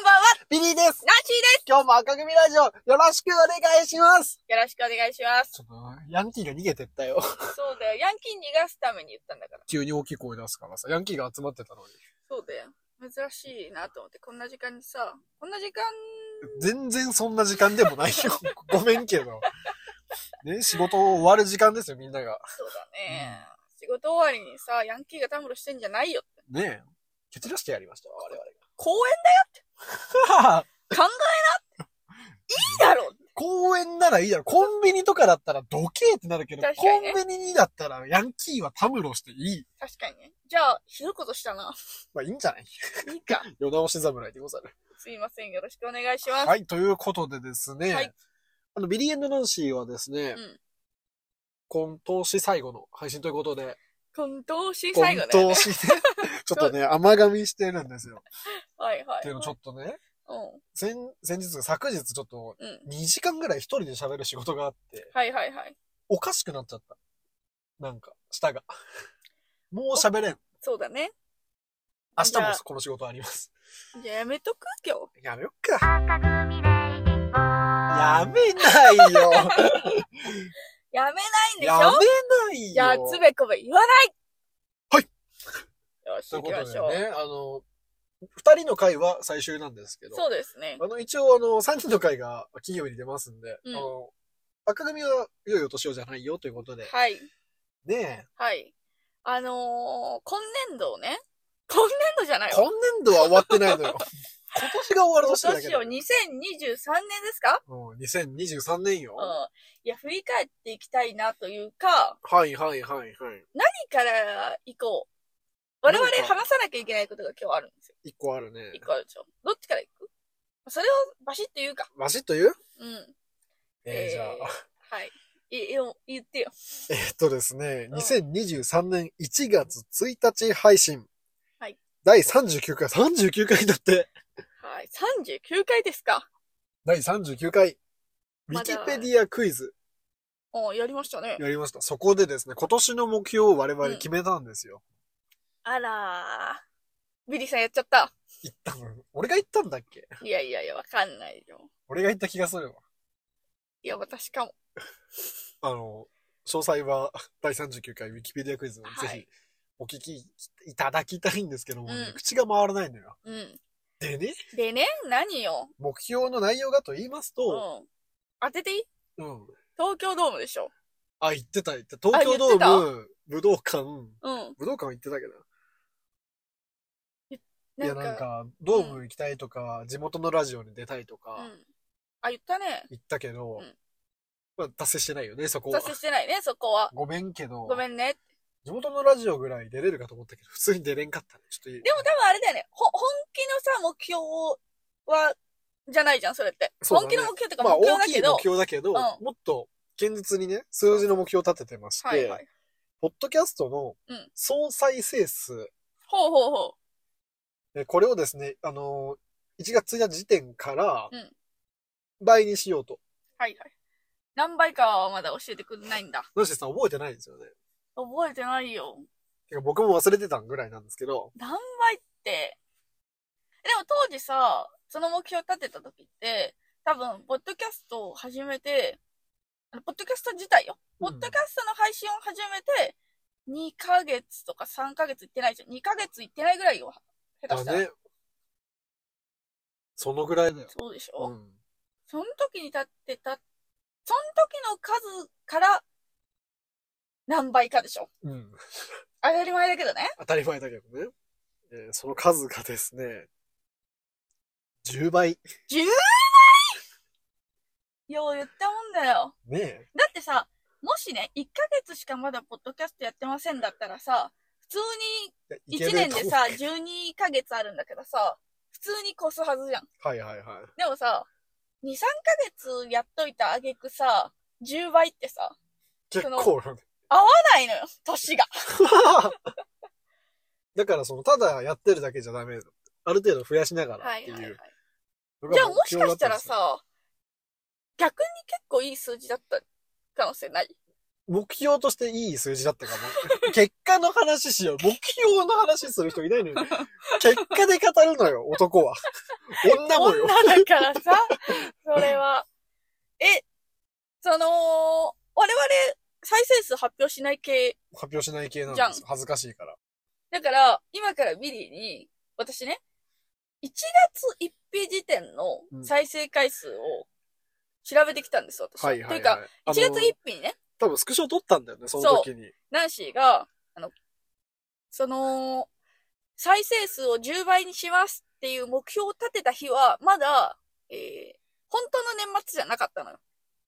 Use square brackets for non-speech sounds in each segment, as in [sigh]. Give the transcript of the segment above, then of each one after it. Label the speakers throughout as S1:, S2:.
S1: です。ナッシーで
S2: 今日も赤組ラジオ、よろしくお願いします
S1: す。よろしくお願いします。
S2: ちょっと、ヤンキーが逃げてったよ。
S1: [laughs] そうだよ。ヤンキー逃がすために言ったんだから。
S2: [laughs] 急に大きい声出すからさ、ヤンキーが集まってたのに。
S1: そうだよ。珍しいなと思って、こんな時間にさ、こんな時間、
S2: 全然そんな時間でも [laughs] ないよ。ごめんけど。ね、仕事終わる時間ですよ、みんなが。
S1: そうだね。仕事終わりにさ、ヤンキーがたむろしてんじゃないよって。
S2: ねえ。蹴散らしてやりましたよ、我
S1: 公園
S2: 々 [laughs] が。
S1: 考えないだろって
S2: 公園ならいいだろ。コンビニとかだったらどけーってなるけど、
S1: 確か
S2: コ
S1: にね
S2: ンビニにだったらヤンキーはたむろしていい。
S1: 確かにね。じゃあ、ひどいことしたな。
S2: まあいいんじゃない
S1: いい
S2: [laughs]
S1: か。
S2: 世直し侍でござる。
S1: すいません。よろしくお願いします。
S2: はい、ということでですね、
S1: はい
S2: あの、ビリーナンシーはですね、
S1: うん
S2: 今年最後の配信ということで、
S1: 今年
S2: 今
S1: 最後だよね。 [laughs]
S2: 年ね、ちょっとね、甘噛みしてるんですよ。
S1: はいはい。
S2: っていうのちょっとね、
S1: うん。
S2: 先、先日、昨日ちょっと
S1: うん。
S2: 2時間ぐらい一人で喋る仕事があって、
S1: はいはいはい。
S2: おかしくなっちゃった。なんか、舌が。もう喋れん。
S1: そうだね。
S2: 明日
S1: じゃ
S2: も
S1: あ
S2: この仕事あります。
S1: じゃあやめとく今日。
S2: やめよっか。やめないよ。
S1: やめないんでし
S2: や
S1: ょ
S2: めないよ。
S1: じゃあ、つべこべ言わない
S2: はい
S1: よし、
S2: とい
S1: 行
S2: う
S1: き
S2: こ
S1: ま
S2: と
S1: し
S2: で
S1: ょう。
S2: ね、あの、二人の会は最終なんですけど、
S1: そうですね。
S2: あの、一応、あの、三人の会が金曜日に出ますんで、
S1: うん
S2: あの、赤組はいよいよ年をじゃないよということで、
S1: はい。
S2: ね
S1: はい。あのー、今年度をね、今年度じゃない
S2: え、
S1: わ。
S2: 今年度は終わってないの
S1: [laughs]
S2: よ。今年が終わる
S1: 今
S2: 年だけ
S1: 年を2023。
S2: ど
S1: 年ですか
S2: うん、2023年よ
S1: うん。。いや、振り返っていきたいなというか、
S2: はいはいはいはい。
S1: 何から行こう。我々
S2: 何か
S1: 話さなきゃいけないことが今日あるんですよ。
S2: 一個あるね。
S1: 一個あるでしょ。どっちから行くそれをバシッと言うか。
S2: マシッと言う
S1: うん。
S2: えー、じゃあ、 [laughs]
S1: はい。い、いよ言ってよ。
S2: えーっとですね、2023年1月1日配信。
S1: はい。
S2: 第39回、39回だって。
S1: はい。39回ですか。
S2: 第39回、ウィ
S1: ま
S2: キ
S1: だ
S2: ペディアクイズ
S1: うん、やりましたね。
S2: やりました。そこでですね、今年の目標を我々決めたんですよ。
S1: あらー。ビリーさんやっちゃった。
S2: 言ったの俺が言ったんだっけ
S1: いやいやいや、わかんないよ。
S2: 俺が言った気がするわ。
S1: いや、私かも。
S2: あの、詳細は [laughs] 第39回ウィキペディアクイズをぜ
S1: は
S2: ひ
S1: い
S2: お聞きいただきたいんですけど
S1: う
S2: も、
S1: ん
S2: 口が回らないのよ。
S1: うん。
S2: でね、
S1: でね、何よ。
S2: 目標の内容がと言います
S1: うん
S2: と、。
S1: 当てていい
S2: うん。
S1: 東京ドームでしょ。
S2: あ、言ってた言ってた。東京ド
S1: あ
S2: ーム、武道館、
S1: うん。
S2: 武道館は行ってたけど。い
S1: な
S2: や、
S1: んか。
S2: なんか、ドーム行きたいとか、地元のラジオに出たいとか、
S1: うん。あ、言ったね。
S2: 言ったけど、
S1: うん
S2: まあ達成してないよね、そこは
S1: 達。成してないね、そこは。
S2: ごめんけど、
S1: ごめんね。
S2: 地元のラジオぐらい出れるかと思ったけど、普通に出れんかったね。ちょっといい
S1: でも多分あれだよね。ほ、本気のさ、目標は、じゃないじゃん、それって。
S2: そうだ
S1: 本
S2: ね
S1: 気の目標っていうか、
S2: まあ
S1: 目標
S2: 大
S1: だ
S2: きい
S1: け
S2: 目
S1: ど。
S2: 標だけど、
S1: うん
S2: もっと現実にね、数字の目標を立ててまして、
S1: はいはい。
S2: ポッドキャストの
S1: うん
S2: 総再生数、
S1: ほうほうほ
S2: えこれをですね、あのー1月1日時点から
S1: うん、
S2: 倍にしようと。
S1: う。はいはい。何倍かはまだ教えてくれないんだ。
S2: なしさん覚えてないんですよね。
S1: 覚えてないよ。
S2: てか僕も忘れてたぐらいなんですけど、
S1: 何倍って。でも当時さ、その目標立てた時って、多分、ポッドキャストを始めて、あのポッドキャスト自体よ。
S2: う
S1: ポ
S2: ん
S1: ッドキャストの配信を始めて、2ヶ月とか3ヶ月行ってないじゃん。2ヶ月行ってないぐらいよ。下手
S2: だ
S1: したら。
S2: ね。そのぐらいだよ。
S1: そうでしょ、
S2: うん。
S1: その時に立ってた、その時の数から、何倍かでしょ
S2: うん。
S1: 当たり前だけどね。
S2: 当たり前だけどね。えーその数がですね、10倍。
S1: 10倍よう言ったもんだよ。
S2: ねえ。
S1: だってさ、もしね、1ヶ月しかまだポッドキャストやってませんだったらさ、普通
S2: い
S1: に
S2: ける
S1: 1
S2: と
S1: 年でさ、12ヶ月あるんだけどさ、普通に越すはずじゃん。
S2: はいはいはい。
S1: でもさ、2、3ヶ月やっといた挙句さ、10倍ってさ、
S2: 結
S1: の
S2: 構なんだ。
S1: 来ないのよ、年が。
S2: [laughs] だからその、ただやってるだけじゃダメだ。ある程度増やしながら
S1: は
S2: って
S1: い
S2: いう。
S1: はいはい。
S2: の
S1: じゃ
S2: が
S1: あ
S2: 目
S1: もし
S2: 標
S1: か
S2: だっ
S1: したた
S2: んで
S1: ら
S2: すよ、
S1: さ、逆に結構いい数字だった可能性ない
S2: 目標としていい数字だったかも。結果の話しよう。目標の話する人いないのよ。結果で語るのよ、男は。女もよ。
S1: 女だから
S2: [laughs]
S1: さ、それは。え、その、我々、再生数発表しない系。
S2: 発表しない系なん
S1: じゃん
S2: です。恥ずかしいから。
S1: だから、今からビリーに、私ね、1月1日時点の再生回数を調べてきたんです、私。
S2: はいはい、はい。
S1: というか、
S2: あの
S1: 1月1日にね、
S2: 多分スクショ撮ったんだよね、その時に。
S1: ナンシーが、あの、その、再生数を10倍にしますっていう目標を立てた日は、まだ、えー本当の年末じゃなかったのよ。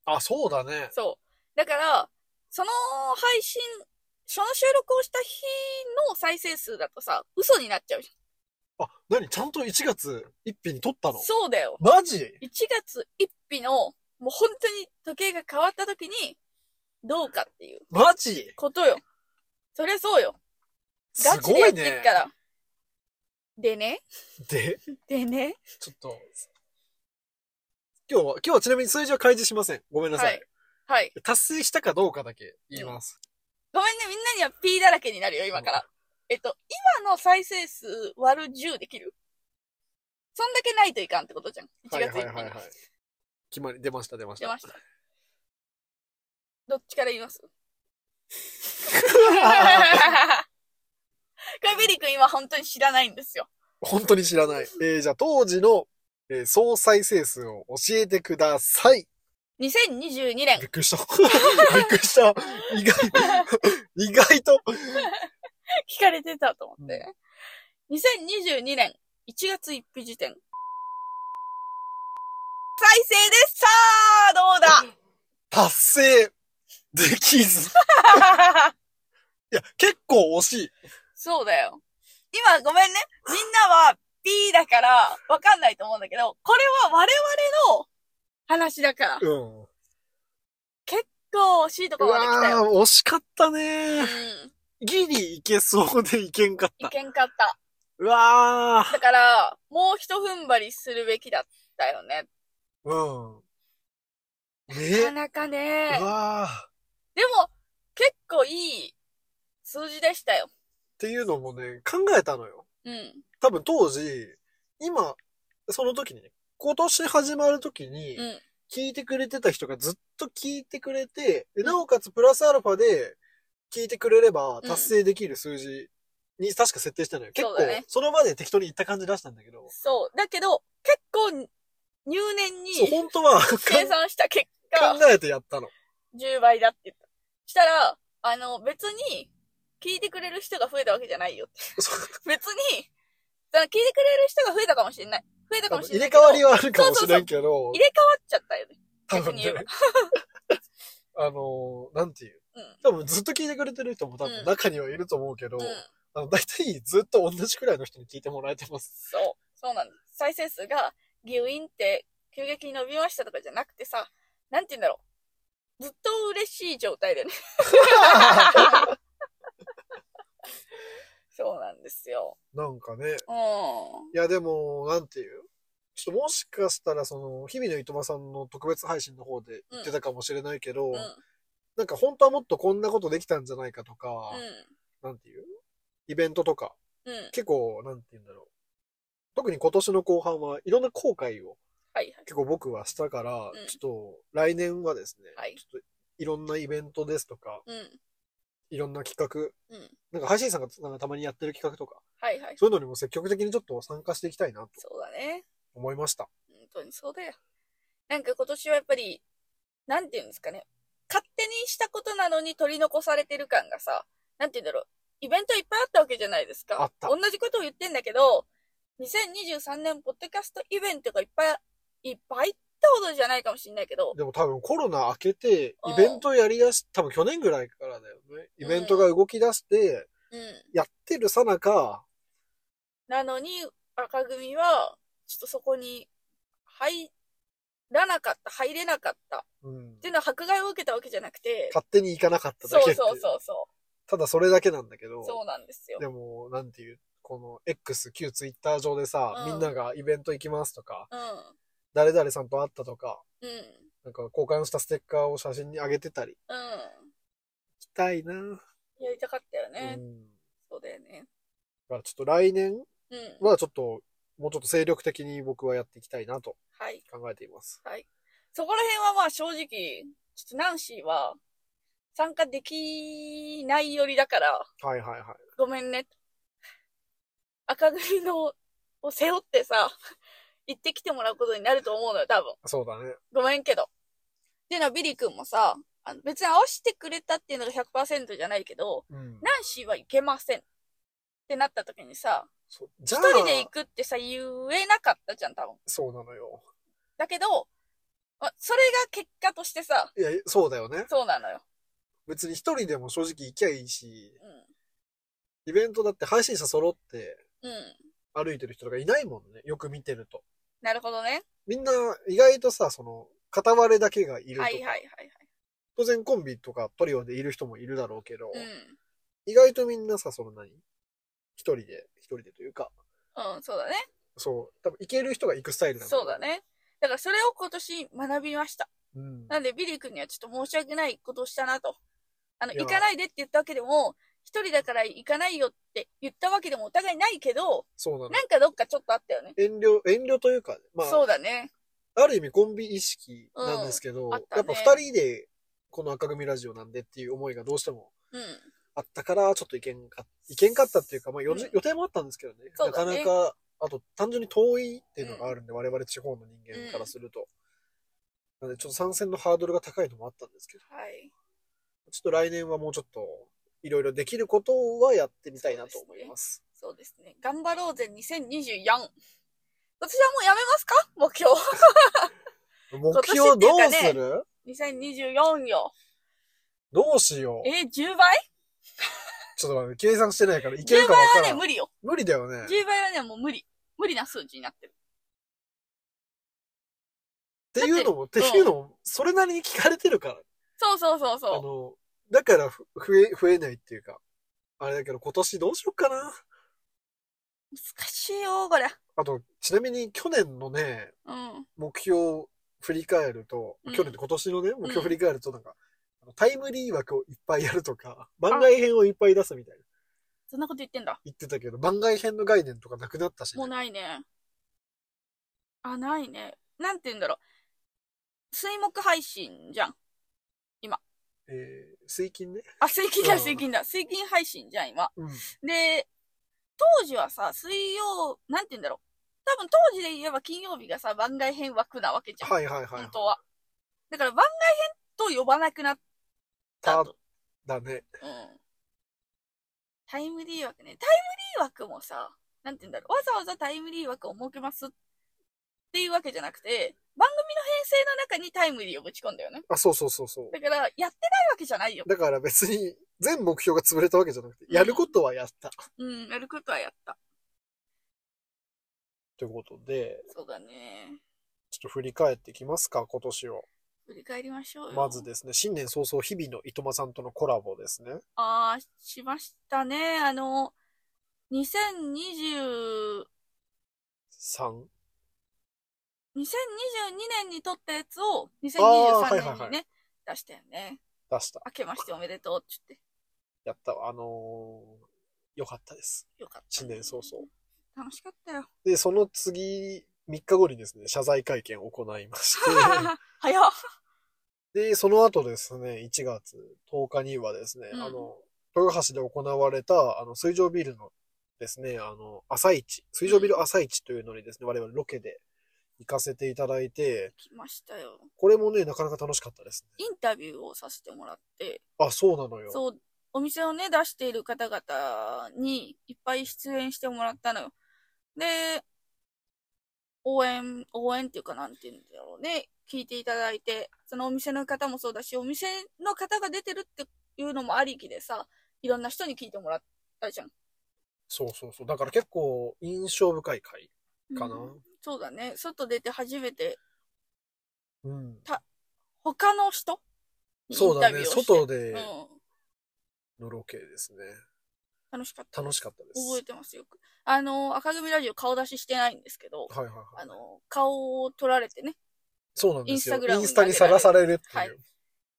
S2: あ、そうだね。
S1: そう。だから、その配信、その収録をした日の再生数だとさ、嘘になっちゃうじ
S2: あ、何ちゃんと1月1日に撮った
S1: ゃ
S2: の
S1: ん。そうだよ。
S2: マジ
S1: 1月1日の、もう本当に時計が変わった時に、どうかっていう
S2: マジ
S1: ことよ。そりゃそうよ。ガ
S2: す
S1: チでや
S2: ご
S1: っ
S2: い
S1: てる
S2: ね
S1: か。ら。でね、
S2: で、
S1: でね、
S2: ちょっと。今日は、今日はちなみに数字は開示しません。ごめんなさ
S1: は
S2: い。
S1: いはい。
S2: 達成したかどうかだけ言います。
S1: ごめんね、みんなには P だらけになるよ、今から。えっと、今の再生数割る10できるそんだけないといかんってことじゃん。1
S2: はい
S1: 月1日に。
S2: はいはいはい。決まり、出ました出ました。
S1: 出ました。どっちから言いますこ [laughs] れベリ君今本当に知らないんですよ。
S2: [laughs] 本当に知らない。えー、じゃあ当時の、えー総再生数を教えてください。
S1: 2022年
S2: びっくりした。びっくりした。意外、意外と。
S1: 聞かれてたと思って。2022年1月1日時点。再生でしたーどう
S2: 達成でき
S1: [laughs]
S2: ず。
S1: だ
S2: いや、結構惜しい。
S1: そうだよ。今ごめんね。みんなは B だからわかんないと思うんだけど、これは我々の話だから。
S2: うん。う
S1: こう惜しいところ
S2: わ
S1: まで来たよ。
S2: ー、惜しかったね
S1: うん。
S2: ギリいけそうでいけんかっ
S1: い
S2: た。
S1: けんかった。
S2: うわ
S1: だから、もう一踏ん張りするべきだったよね。
S2: ー。うん。
S1: なか
S2: ね
S1: なかね。
S2: うわー。
S1: でも、結構いい数字でしたよ。
S2: っていうのもね、考えたのよ。
S1: うん。
S2: 多分当時、今、その時にね、今年始まる時に
S1: うん、
S2: 聞いてくれてた人がずっと聞いてくれて、でなおかつプラスアルファで聞いてくれれば
S1: うん
S2: 達成できる数字に確か設定したのよ。結
S1: そう
S2: 構
S1: だね、
S2: その場で適当に言った感じ出したんだけど、
S1: そう。だけど、結構入念
S2: そう、
S1: に
S2: 本当は考
S1: 計算した結果、
S2: えてやったの。
S1: 10倍だって言った。したら、あの、別に、聞いてくれる人が増えたわけじゃないよ。 [laughs]
S2: そう
S1: 別に、その聞いてくれる人が増えたかもしれない。増えたかもし
S2: 入
S1: れな
S2: れ
S1: いけど。
S2: 替わりはあるかもしれんけど
S1: 入、れ替わっちゃったよね。
S2: 多分
S1: 逆
S2: ね
S1: に言え、
S2: あの、なんていう
S1: うん。
S2: 多分ずっと聞いてくれてる人も多
S1: う
S2: 分
S1: ん
S2: 中にはいると思うけど、
S1: うん。
S2: あの、大体ずっと同じくらいの人に聞いてもらえて
S1: [laughs]
S2: ます。
S1: そう、そうなんです。再生数がギュインって急激に伸びましたとかじゃなくてさ、なんて言うんだろう。ずっと嬉しい状態でね。 [laughs] そうなんですよ。
S2: なんかね。
S1: うん。
S2: いや、でも、なんていう。ちょっともしかしたら、その、日々のいとまさんの特別配信の方で言ってたかもしれないけど、
S1: うん。
S2: なんか本当はもっとこんなことできたんじゃないかとか、
S1: う
S2: なんていうイベントとか、
S1: ん。うん。
S2: 結構、なんて言うんだろう。特に今年の後半はいろんな後悔を
S1: はい
S2: 結構僕はしたから、
S1: ん
S2: ちょっと来年はですね、
S1: はい。
S2: ちょっといろんなイベントですとか、
S1: はい。
S2: いろんな企
S1: うん。うん。
S2: 画、なんか配信さんがなんかたまにやってる企画とか、
S1: はいはい。
S2: そういうのにも積極的にちょっと参加していきたいなと
S1: そうだね。
S2: 思いました。
S1: 本当にそうだよ。なんか今年はやっぱり、なんて言うんですかね。勝手にしたことなのに取り残されてる感がさ、なんて言うんだろう。イベントいっぱいあったわけじゃないですか。
S2: あった
S1: 同じことを言ってんだけど、2023年ポッドキャストイベントがいっぱい、いっぱいったほどじゃないかもしれないけど、
S2: でも多分コロナ明けて、イ
S1: うん
S2: ベントやりだし、多分去年ぐらいからだよね。イベントが動き出して、
S1: うん。
S2: やってるさなか、
S1: なのに、赤組は、ちょっとそこに入らなかった、入れなかった。っ
S2: うん
S1: ていうのは迫害を受けたわけじゃなくて、
S2: 勝手に行かなかっただ
S1: そ
S2: け
S1: う
S2: ってい
S1: そうそうそ
S2: ただそれだけなんだけ
S1: う。
S2: ど、
S1: そうなんですよ。
S2: でも、なんていう、この X、旧 Twitter 上でさ、
S1: うん
S2: みんながイベント行きますとか、
S1: うん。
S2: 誰々さんと会ったとか、
S1: うん。
S2: なんか交換したステッカーを写真に上げてたり、
S1: うん。
S2: たいな。うん。
S1: やりたかったよね。
S2: だ
S1: そうだよね。
S2: からちょっと来年
S1: うん。
S2: はちょっと、もうちょっと精力的に僕はやっていきたいなと
S1: はい。
S2: 考えています。
S1: そこら辺はまあ正直、ちょっとナンシーは参加できないよりだから、
S2: はいはいはい。
S1: ごめんね。赤組のを背負ってさ、行ってきてもらうことになると思うのよ、多分。
S2: そうだね。
S1: ごめんけど。でな、ビリー君もさ、あの別に合わせてくれたっていうのが100%じゃないけど、
S2: うん。
S1: ナンシーはいけません。ってなった時にさ、
S2: そうじゃ
S1: 一
S2: あ、
S1: 人で行くってさ、言えなかったじゃん、多分。
S2: そうなのよ。
S1: だけど、まそれが結果としてさ、
S2: いや、そうだよね。
S1: そうなのよ。
S2: 別に一人でも正直行きゃいいし、
S1: うん。
S2: イベントだって配信者揃って
S1: うん。
S2: 歩いてる人とかいないもんね。よく見てると。
S1: なるほどね。
S2: みんな意外とさ、その、片割れだけがいるとか、
S1: はいはいはい
S2: 当然コンビとかトリオでいる人もいるだろうけど、
S1: はい。
S2: 意外とみんなさ、その何一人で、一人でというか、
S1: うん。うん、そうだね。
S2: そう、多分行ける人が行くスタイルなん
S1: そうだ。ね。だからそれを今年学びました。
S2: うん。
S1: なんでビリー君にはちょっと申し訳ないことをしたなと。あの、
S2: いや
S1: 行かないでって言ったわけでも、一人だから行かないよって言ったわけでもお互いないけど、
S2: そうなの。
S1: なんかどっかちょっとあったよね。
S2: 遠慮、遠慮というか、ま
S1: そう
S2: あ、
S1: だね。
S2: ある意味コンビ意識なんですけど、
S1: うんあったね
S2: やっぱ二人でこの赤組ラジオなんでっていう思いがどうしても
S1: うん。
S2: あったから、ちょっと行けんか、行けんかったっていうか、まあ、予
S1: うん
S2: 予定もあったんですけどね。
S1: そう
S2: なか
S1: だ
S2: な
S1: ね
S2: か、あと、単純に遠いっていうのがあるんで、我々地方の人間からすると。なので、ちょっと参戦のハードルが高いのもあったんですけど、
S1: はい。
S2: ちょっと来年はもうちょっと、いろいろできることはやってみたいなと思います。
S1: そうですね。頑張ろうぜ2024。私はもうやめますか目標。
S2: 目標どう
S1: 今年っ
S2: す
S1: て
S2: る
S1: 2024よ。
S2: どうしよう。
S1: えー、10倍
S2: ちょっと待って、計算してないからいける
S1: ?10
S2: かわ
S1: 倍
S2: か
S1: は
S2: ら
S1: ね、
S2: ん。
S1: 無理よ。
S2: 無理だよね。
S1: 10倍はね、もう無理。無理な数字になってる。
S2: っていうのも、って
S1: だって
S2: いうのも、それなりに聞かれてるから。
S1: そうそうそう
S2: あ
S1: そう。
S2: の、だからふ増え、増えないっていうか、あれだけど今年どうしようかな。
S1: 難しいよ、これ。
S2: あと、ちなみに去年のね、
S1: うん。
S2: 目標を振り返ると、
S1: うん
S2: 去年って今年のね、目標振り返ると、なんか、あのタイムリー枠をいっぱいやるとか、番外編をいっぱい出すみたいな
S1: そんなこと言ってんだ。
S2: 言ってたけど、番外編の概念とかなくなったし、
S1: もうないね。あ、ないね。なんて言うんだろう。水木配信じゃん。
S2: えー、水金ね。
S1: あ、水金だ、
S2: うん
S1: 水金だ。水金配信じゃん、今。
S2: うん。
S1: で、当時はさ、水曜、なんて言うんだろう。多分当時で言えば金曜日がさ、番外編枠なわけじゃん。
S2: はいはいはい。
S1: 本当は。だから番外編と呼ばなくなった
S2: た
S1: と。
S2: だね。
S1: うんタイムリー枠ね。タイムリー枠もさ、なんて言うんだろう。わざわざタイムリー枠を設けますっていうわけじゃなくて、番組の編成の中にタイムリーをぶち込んだよね。
S2: あ、そうそうそうそう。
S1: だから、やってないわけじゃないよ。
S2: だから別に、全目標が潰れたわけじゃなくて、やることはやった。
S1: うん、やることはやった。
S2: ということで、
S1: そうだね。
S2: ちょっと振り返ってきますか、今年を。
S1: 振り返りましょうよ。
S2: まず。ですね、新年早々、日々のいとまさんとのコラボですね。
S1: あー、しましたね。あの、2020、
S2: 3。
S1: 2022年に撮ったやつを、
S2: あー
S1: 2023
S2: は
S1: 年に
S2: い
S1: ね、
S2: はいはい
S1: 出したよね。
S2: 出した。
S1: 明けましておめでとうって言っ
S2: やったわ。あのー、よかったです。
S1: て。よかった。
S2: 新年早々。
S1: 楽しかったよ。 [laughs]
S2: で、その次、3日後にですね、謝罪会見を行いま [laughs] し
S1: 早っ。
S2: て、で、その後ですね、1月10日にはですね、
S1: うん
S2: あの、豊橋で行われた、あの、水上ビールのですね、あの、朝市、水上ビール朝市というのにですね、我々ロケで行かせていただいて、
S1: 来ましたよ。
S2: これもね、なかなか楽しかったですね。
S1: インタビューをさせてもらって、
S2: あ、そうなのよ。
S1: そう、お店をね、出している方々にいっぱい出演してもらったのよ。で、応援、応援っていうかなんて言うんだろうね、聞いていただいて、そのお店の方もそうだし、お店の方が出てるっていうのもありきでさ、いろんな人に聞いてもらったじゃん。
S2: そうそうそう。だから結構印象深い回かな。
S1: うんそうだね。外出て初めて、
S2: うん。
S1: 他の人にイ
S2: そ
S1: ン
S2: う
S1: タ
S2: だ
S1: ビューを
S2: ね。
S1: して。
S2: 外で
S1: うん。
S2: のロケですね。
S1: 楽しかった。
S2: 楽しかったです。
S1: 覚えてますよく。あの、赤組ラジオ顔出ししてないんですけど、
S2: はいはいはい。
S1: あの、顔を撮られてね。
S2: そうなんですよ。
S1: インスタグラム
S2: イ
S1: に
S2: ンスタにさらされるっていう。
S1: はい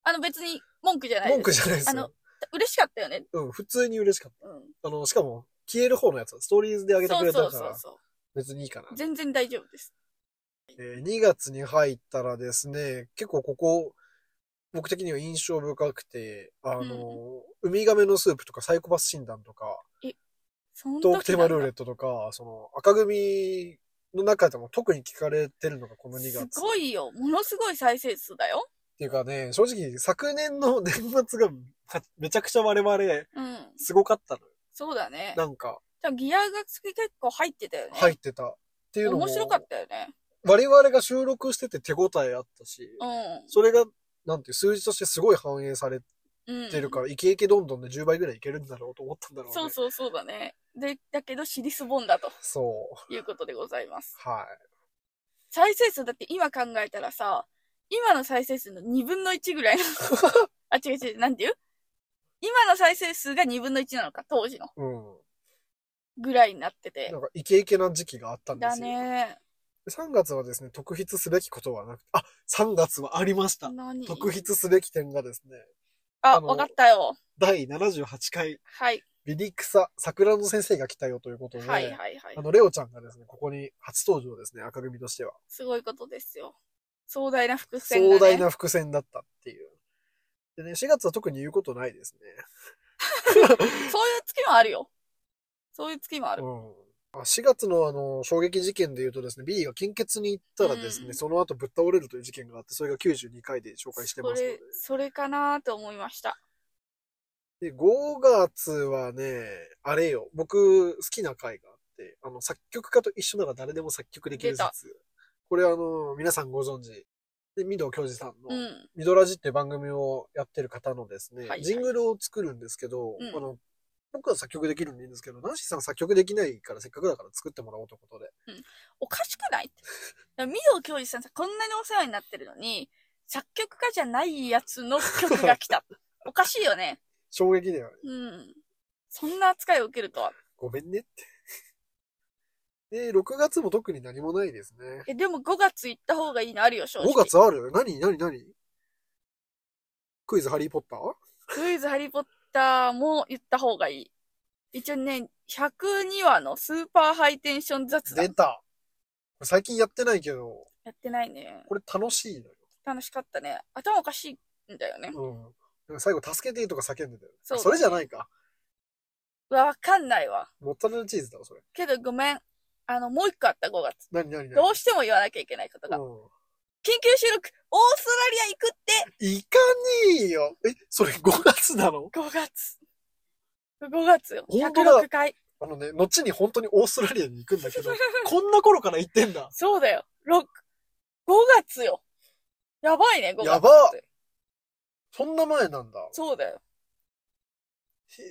S1: あの別に文句じゃないです。
S2: 文句じゃないです
S1: あ
S2: よ
S1: の。嬉しかったよね。
S2: うん、普通に嬉しかっ
S1: うん。
S2: た。あの、しかも、消える方のやつ、ストーリーズで上げてく
S1: そう
S2: れ
S1: そ
S2: た
S1: う
S2: か
S1: そう
S2: ら、
S1: そ
S2: 別にいいかな
S1: う。。全然大丈夫です。
S2: えー2月に入ったらですね、結構ここ、僕的には印象深くて、あの、ウミガメのスープとかサイコパス診断とか、
S1: そんな
S2: トークテーマルーレ
S1: ル
S2: ットとか、その赤組の中でも特に聞かれてるのがこの2
S1: す
S2: 月。
S1: ご
S2: っ
S1: いよ。ものすごい再生数だよ。
S2: ていうかね、正直昨年の年末が [laughs] めちゃくちゃ我々
S1: うん。
S2: すごかったのよ。
S1: そうだね。
S2: なんか
S1: じゃあギアが結構入ってたよね。
S2: 入ってたっていうのも。
S1: 面白かったよね。
S2: 我々が収録してて手応えあったし、
S1: う
S2: それが、なんていう数字としてすごい反映され
S1: ん。うん。
S2: てるから、イケイケどんどんで10倍ぐらいいけるんだろうと思ったんだろうね。
S1: そうそうそうだね。で、だけど尻すぼんだと
S2: そう。
S1: いうことでございます。
S2: はい。
S1: 再生数だって今考えたらさ、今の再生数の2分の1ぐらいの。
S2: [laughs]
S1: あ、違う違う、なんていう今の再生数が2分の1なのか、当時の。
S2: うん。
S1: ぐらいになってて
S2: な。んかイケイケな時期があったんで
S1: だ
S2: すよ。
S1: ね。
S2: 3月はですね、特筆すべきことはなくて、あ、3月はありました。
S1: 何
S2: 特筆すべき点がですね、
S1: あ、
S2: あの
S1: わかったよ。
S2: 第78回、
S1: はい。
S2: ビリクサ、桜の先生が来たよということで、
S1: はいはいはい
S2: あ。の、レオちゃんがですね、ここに初登場ですね、赤組としては。
S1: すごいことですよ。壮大な伏線が、ね。
S2: 壮大な伏線だったっていう。でね、4月は特に言うことないです
S1: そういう月もあるよ。そういう月もあ
S2: ね。
S1: る。
S2: うん。あ4月のあの、衝撃事件で言うとですね、B が献血に行ったらですね、
S1: うん
S2: その後ぶっ倒れるという事件があって、それが92回で紹介して
S1: そ
S2: ますの
S1: れ
S2: で。、
S1: それかなと思いました。
S2: で、5月はね、あれよ、僕好きな回があって、あの、作曲家と一緒なら誰でも作曲できる
S1: 出た
S2: 説。これあの、皆さんご存知。で、御堂教授さん
S1: う
S2: の、
S1: ん。
S2: ミドラジっていう番組をやってる方のですね
S1: はいは、い
S2: ジングルを作るんですけど、
S1: うん
S2: あの、僕は作曲できるんでいいんですけど、ナンシーさん作曲できないからせっかくだから作ってもらおうということで。
S1: おかしくないって。だから御堂教授さんさ、こんなにお世話になってるのに、作曲家じゃないやつの曲が来た。おかしいよね。
S2: 衝撃だよね。
S1: うん。そんな扱いを受けるとは。
S2: ごめんねって。で、6月 [laughs] も特に何もないですね。
S1: え、でも5月行った方がいいのあるよ、正直。
S2: 5月ある何何何クイズハリーポッター
S1: クイズハリーポッターも言った方がいい。一応ね、102話のスーパーハイテンション雑
S2: 出
S1: 談。
S2: た。最近やってないけど、
S1: やってないね。
S2: これ楽しいの
S1: 楽しかったね。頭おかしいんだよね。
S2: よ。うん。最後、助けてとか叫んでたよ。
S1: そうだね
S2: それじゃないか。
S1: うわ、わかんないわ。
S2: モッツァレラチーズだわ、それ。
S1: けどごめん。あの、もう一個あった、5月。
S2: 何何何
S1: どうしても言わなきゃいけないことが。
S2: うん
S1: 緊急収録オーストラリア行くっ
S2: いかねえよ。え、それ5月なの
S1: て !5 月。5月よ。
S2: 本当だ
S1: 106回。
S2: あのね、後に本当にオーストラリアに行くんだ
S1: [laughs]
S2: けど、こんな頃から行ってんだ。
S1: そうだよ。6、5月よ。やばいね、5月。
S2: やばそんな前なんだ。
S1: そうだよ。
S2: へ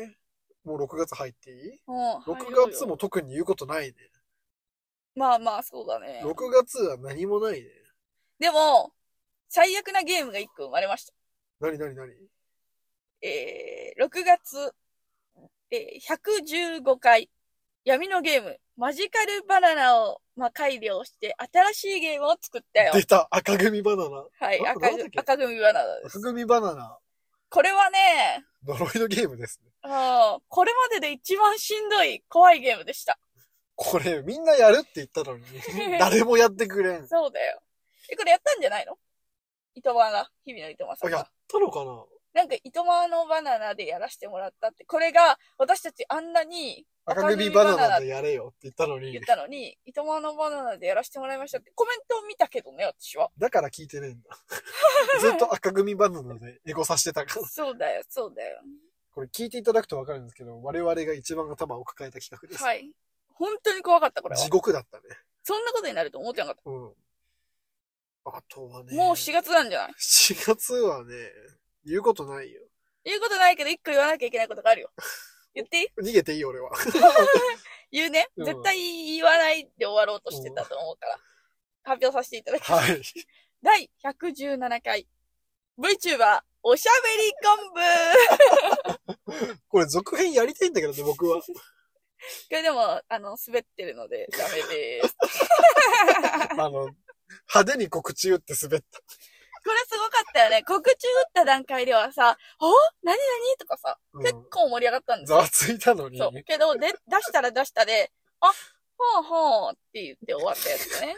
S2: え。もう6月入っていい
S1: もう
S2: ?6
S1: 入ろうよ
S2: 月も特に言うことないね。
S1: まあまあ、そうだね。
S2: 6月は何もないね。
S1: でも、最悪なゲームが1個生まれました。
S2: 何何何
S1: えー、6月、えー、115回、闇のゲーム、マジカルバナナを、まあ、改良して、新しいゲームを作ったよ。
S2: 出た赤組バナナ。
S1: はい、
S2: あ
S1: 赤
S2: なんだっけ
S1: 赤組バナナです。
S2: 赤組バナナ。
S1: これはね、
S2: 呪いのゲームですね。
S1: あーこれまでで一番しんどい、怖いゲームでした。
S2: これ、みんなやるって言ったの [laughs] に、誰もやってくれん。
S1: そうだよ。え、これやったんじゃないの糸満が、日々の糸満さ
S2: あ
S1: ん
S2: や
S1: が
S2: っ。たのかな
S1: なんか、糸満のバナナでやらせてもらったって、これが、私たちあんなに、
S2: 赤組バナナでやれよって言ったのに
S1: 言っ、たのに、糸満のバナナでやらせてもらいましたってコメントを見たけどね、私は。
S2: だから聞いてねえん [laughs] だ。ずっと赤組バナナでエゴさしてたから。
S1: そうだよ、そうだよ。
S2: これ聞いていただくとわかるんですけど、我々が一番頭を抱えた企画です。
S1: はい。本当に怖かった、これは
S2: 地。獄だったね。
S1: そんなことになると思ってなかっ
S2: うん。あとは
S1: た。
S2: ね。
S1: もう4。月なんじゃない
S2: 4月はね、言うことないよ。
S1: 言うことないけど、一個言わなきゃいけないことがあるよ。言っていい
S2: 逃げていいよ、俺は。
S1: 言うね。
S2: うん
S1: 絶対言わないで終わろうとしてたと思うから。発表させていただきます。
S2: はい。
S1: 第117回。VTuber、おしゃべり昆布
S2: [laughs] [laughs] これ続編やりたいんだけどね、
S1: [laughs]
S2: 僕は。
S1: これでも、あの、滑ってるので、ダメです。
S2: あの、派手に告知打って滑った。
S1: すごかったよね。告知打った段階ではさ、お何何とかさ、
S2: うん
S1: 結構盛り上がったんです
S2: ざ
S1: よ。
S2: わついたのに。
S1: そう。けど、で、出したら出したで、あ、ほうほうって言って終わったやつね。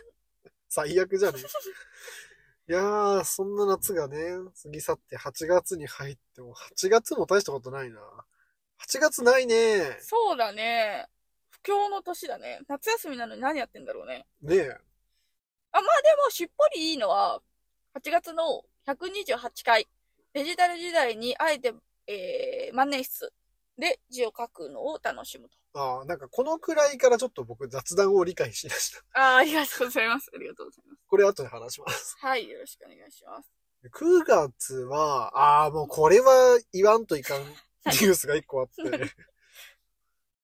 S2: 最悪じゃね [laughs] え。いやー、そんな夏がね、過ぎ去って8月に入っても、8月も大したことないな。8月ないね。
S1: そうだね。不況の年だね。夏休みなのに何やってんだろうね。
S2: ねえ。
S1: あ、まあでも、しっぽりいいのは、8月の128回、デジタル時代にあえて、えー、万年筆で字を書くのを楽しむと。
S2: ああ、なんかこのくらいからちょっと僕雑談を理解しだした。
S1: ああ、ありがとうございます。ありがとうございます。
S2: これ後で話します。
S1: はい、よろしくお願いします。
S2: 9月は、ああ、もうこれは言わんといかんニュースが1個あ
S1: [laughs]
S2: って。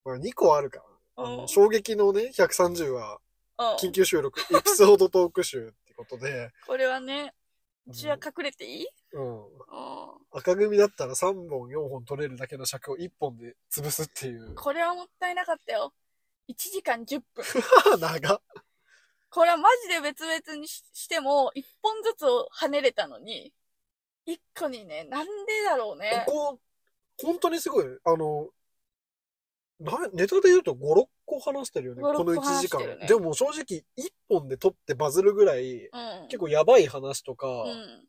S2: まあ2個あるか。あ
S1: うん
S2: の衝撃のね、130話、
S1: うん
S2: 緊急収録、エピソードトーク集ってことで。
S1: これはね、字は隠れていい
S2: うん。
S1: う。。
S2: 赤組だったら3本4本取れるだけの尺を1本で潰すっていうん
S1: これはもったいなかったよ。1時間10分。
S2: 長っ
S1: これはマジで別々にししても、1本ずつを跳ねれたのに、1個にね、なんでだろうね。
S2: ここ、本当にすごい。あの、なネタで言うと5、6個話してるよね。
S1: 5 6
S2: この1時
S1: 個話してる
S2: 間。
S1: ね
S2: でも正直1本で取ってバズるぐらい、
S1: うん。
S2: 結構やばい話とか、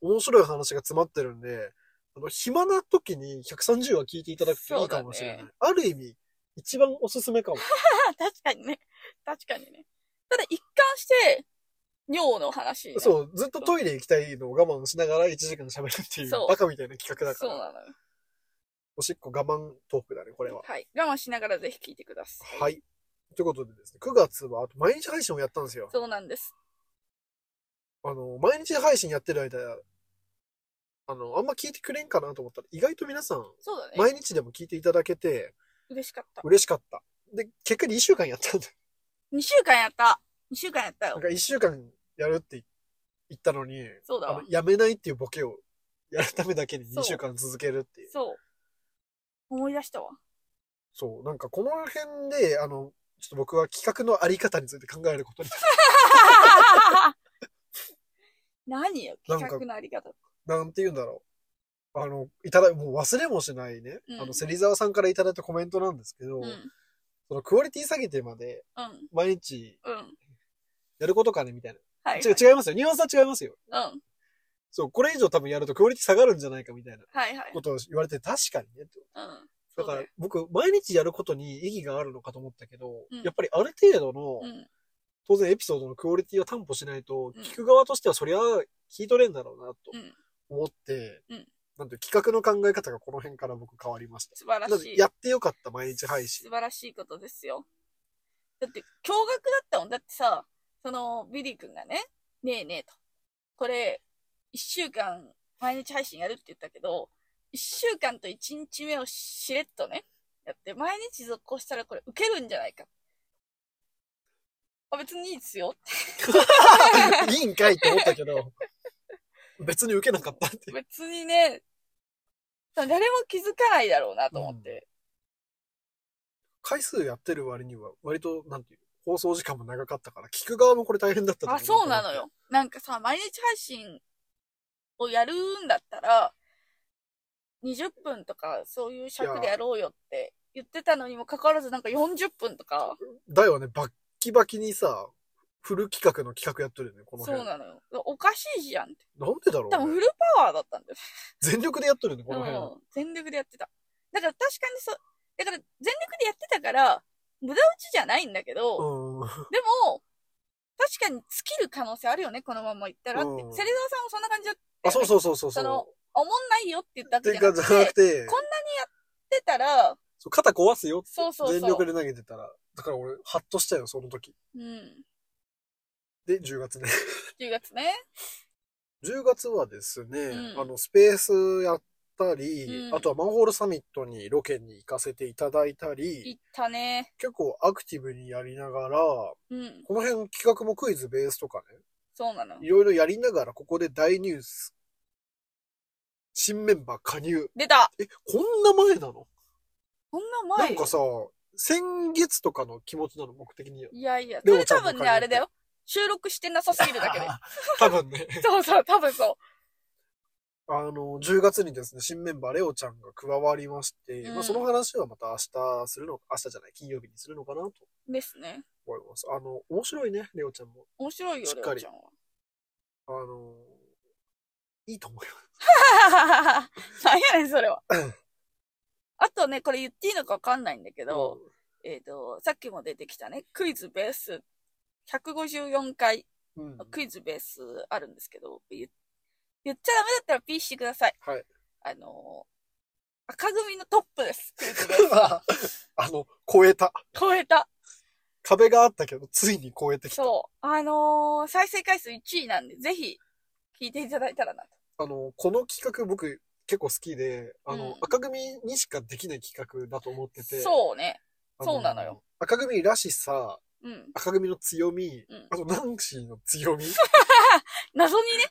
S1: うん。
S2: 面白い話が詰まってるんで、あの、暇な時に130話聞いていただくといいかもしれない。
S1: そうだ
S2: ある意味、一番おすすめかも。
S1: [laughs] 確かにね。確かにね。ただ一貫して、尿の話になる
S2: そう、ずっとトイレ行きたいのを我慢しながら1時間喋るっていう
S1: そう
S2: バカみたいな企画だか
S1: そう
S2: ら、
S1: なのよ。
S2: おしっこ我慢トークだね、これは。
S1: はい。我慢しながらぜひ聞いてください。
S2: はい。ということでですね、9月はあと毎日配信をやったんですよ。
S1: そうなんです。
S2: あの、毎日配信やってる間、あの、あんま聞いてくれんかなと思ったら、意外と皆さん、
S1: そうだね。
S2: 毎日でも聞いていただけて、
S1: 嬉しかった。
S2: 嬉しかった。で、結果2週間やったんだ。 [laughs]
S1: 2週間やった。2週間やった
S2: なん
S1: よ。
S2: か1週間やるって言ったのに、
S1: そうだ
S2: あの
S1: わ。
S2: やめないっていうボケをやるためだけに2週間続けるっていう。
S1: そう。思い出
S2: [laughs]
S1: したわ。
S2: そう、なんかこの辺で、あの、ちょっと僕は企画のあり方について考えることに、
S1: 何よ、
S2: なんか
S1: 企画のあり方。 [laughs]
S2: なんて言うんだろう。あの、いただ、もう忘れもしないね。
S1: うん
S2: あの、芹沢さんからいただいたコメントなんですけど、
S1: うん。うん。
S2: そのクオリティ下げてまで毎日
S1: うん。
S2: やることかねみたいな。
S1: はい。
S2: 違う、違いますよ。ニュアンスは違いますよ。
S1: うん。はい
S2: そう、これ以上多分やるとクオリティ下がるんじゃないかみたいな
S1: はい。
S2: ことを言われて、確かにね。
S1: うん。
S2: だ
S1: そう
S2: か
S1: だ
S2: ら
S1: よ。
S2: 僕、毎日やることに意義があるのかと思ったけど、
S1: うん
S2: やっぱりある程度の、
S1: うん。
S2: 当然エピソードのクオリティを担保しないと
S1: う、ん
S2: 聞く側としてはそりゃ聞いとれんだろうなと
S1: うん
S2: 思って、
S1: うん
S2: なんていう企画の考え方がこの辺から僕変わりました。
S1: 素晴ら
S2: なの
S1: しい
S2: で。やってよかった毎日配信
S1: [laughs] 素。晴らしいことですよ。だって、驚愕だったもん。だってさ、その、ビリー君がね、ねえねえと。これ、一週間、毎日配信やるって言ったけど、一週間と一日目をしれっとね、やって、毎日続行したらこれ受けるんじゃないか。あ、別にいいですよ。
S2: いいんかいって思ったけど、別に受けなかったっていう。
S1: 別にね、誰も気づかないだろうなと思って。
S2: 回数やってる割には、割と、なんていう、放送時間も長かったから、聞く側もこれ大変だったんだ
S1: あ、
S2: ろ
S1: そうな
S2: と
S1: の
S2: 思って。
S1: よ。なんかさ、毎日配信をやるんだったら、20分とかそういう尺でやろうよって言ってたのにもかかわらずなんか40分とか、
S2: だよね、バッキバキにさ、フル企画の企画やってるよね、この
S1: そ
S2: 辺。
S1: うなのよ。おかしいじゃんって。
S2: なんでだろ
S1: 多
S2: う
S1: 分
S2: ね、
S1: フルパワーだったんだよね。
S2: 全力でやっとるよね、この辺。
S1: うん、全力でやってた。だから確かにそう、だから全力でやってたから、無駄打ちじゃないんだけど、
S2: うん。
S1: でも、確かに尽きる可能性あるよね、このままいったらって。
S2: うん
S1: 芹沢さんもそんな感じだったよ
S2: あ、そう
S1: ね。
S2: そうそうそう。
S1: その
S2: そ
S1: おもんないよって言ったわ
S2: う。
S1: け
S2: っ
S1: じ
S2: て
S1: ゃ
S2: か、
S1: なく
S2: じゃ
S1: て、やっ
S2: なくて、
S1: こんてたら、
S2: そう肩壊すよって
S1: そうそうそう。
S2: 全力で投げてたら。だから俺、ハッとしたよ、その時。
S1: うん。
S2: で、10月ね。 [laughs]
S1: 10月ね。
S2: 10月はですね、
S1: うん
S2: あの、スペースやったり、
S1: うん
S2: あとはマンホールサミットにロケに行かせていただいたり、
S1: 行ったね。
S2: 結構アクティブにやりながら、
S1: うん。
S2: この辺企画もクイズベースとか
S1: そうなの
S2: ね、い。ろいろやりながら、ここで大ニュース。新メンバー加入。
S1: 出た
S2: え、こんな前なの、
S1: こんな前
S2: なんかさ、先月とかの気持ちなの、僕的には。
S1: いやいや、そ
S2: レオ
S1: れ
S2: ちゃ
S1: 多
S2: んの
S1: 分
S2: 会
S1: ね、
S2: 話
S1: あれだよ。収録してなさすぎるだけで。 [laughs]
S2: [laughs] 多分ね。
S1: そうそう、多分そう。
S2: あの、10月にですね、新メンバー、レオちゃんが加わりまして、
S1: うん
S2: まあ、その話はまた明日するのか、明日じゃない、金曜日にするのかなと
S1: ですね。
S2: 思います。あの、面白いね、レオちゃんも。
S1: 面白いよ、
S2: しっ
S1: レ
S2: か
S1: オ
S2: り
S1: ちゃん [laughs]
S2: あの、いいと思うよ。
S1: は。なんやねん、それは。
S2: [laughs]
S1: あとね、これ言っていいのかわかんないんだけど、えっ、と、さっきも出てきたね、クイズベース、154回、
S2: うん。うん。
S1: クイズベースあるんですけど、言言っちゃダメだったらピーしてください。
S2: はい。 [laughs]
S1: あのー赤組のトップ
S2: [laughs]
S1: です、クイズベースは。
S2: あの、超えた。
S1: 超えた。
S2: 壁があったけど、ついに超えてきた。
S1: そう。あのー再生回数1位なんで、ぜひ、聞いていただいたらなと。
S2: あの、この企画僕結構好きで、あの、
S1: うん
S2: 赤組にしかできない企画だと思ってて。う。
S1: そうね。そうなのよ。
S2: 赤組らしさ、
S1: うん。
S2: 赤組の強み、
S1: うん
S2: あとナンシーの強み。
S1: 謎にね。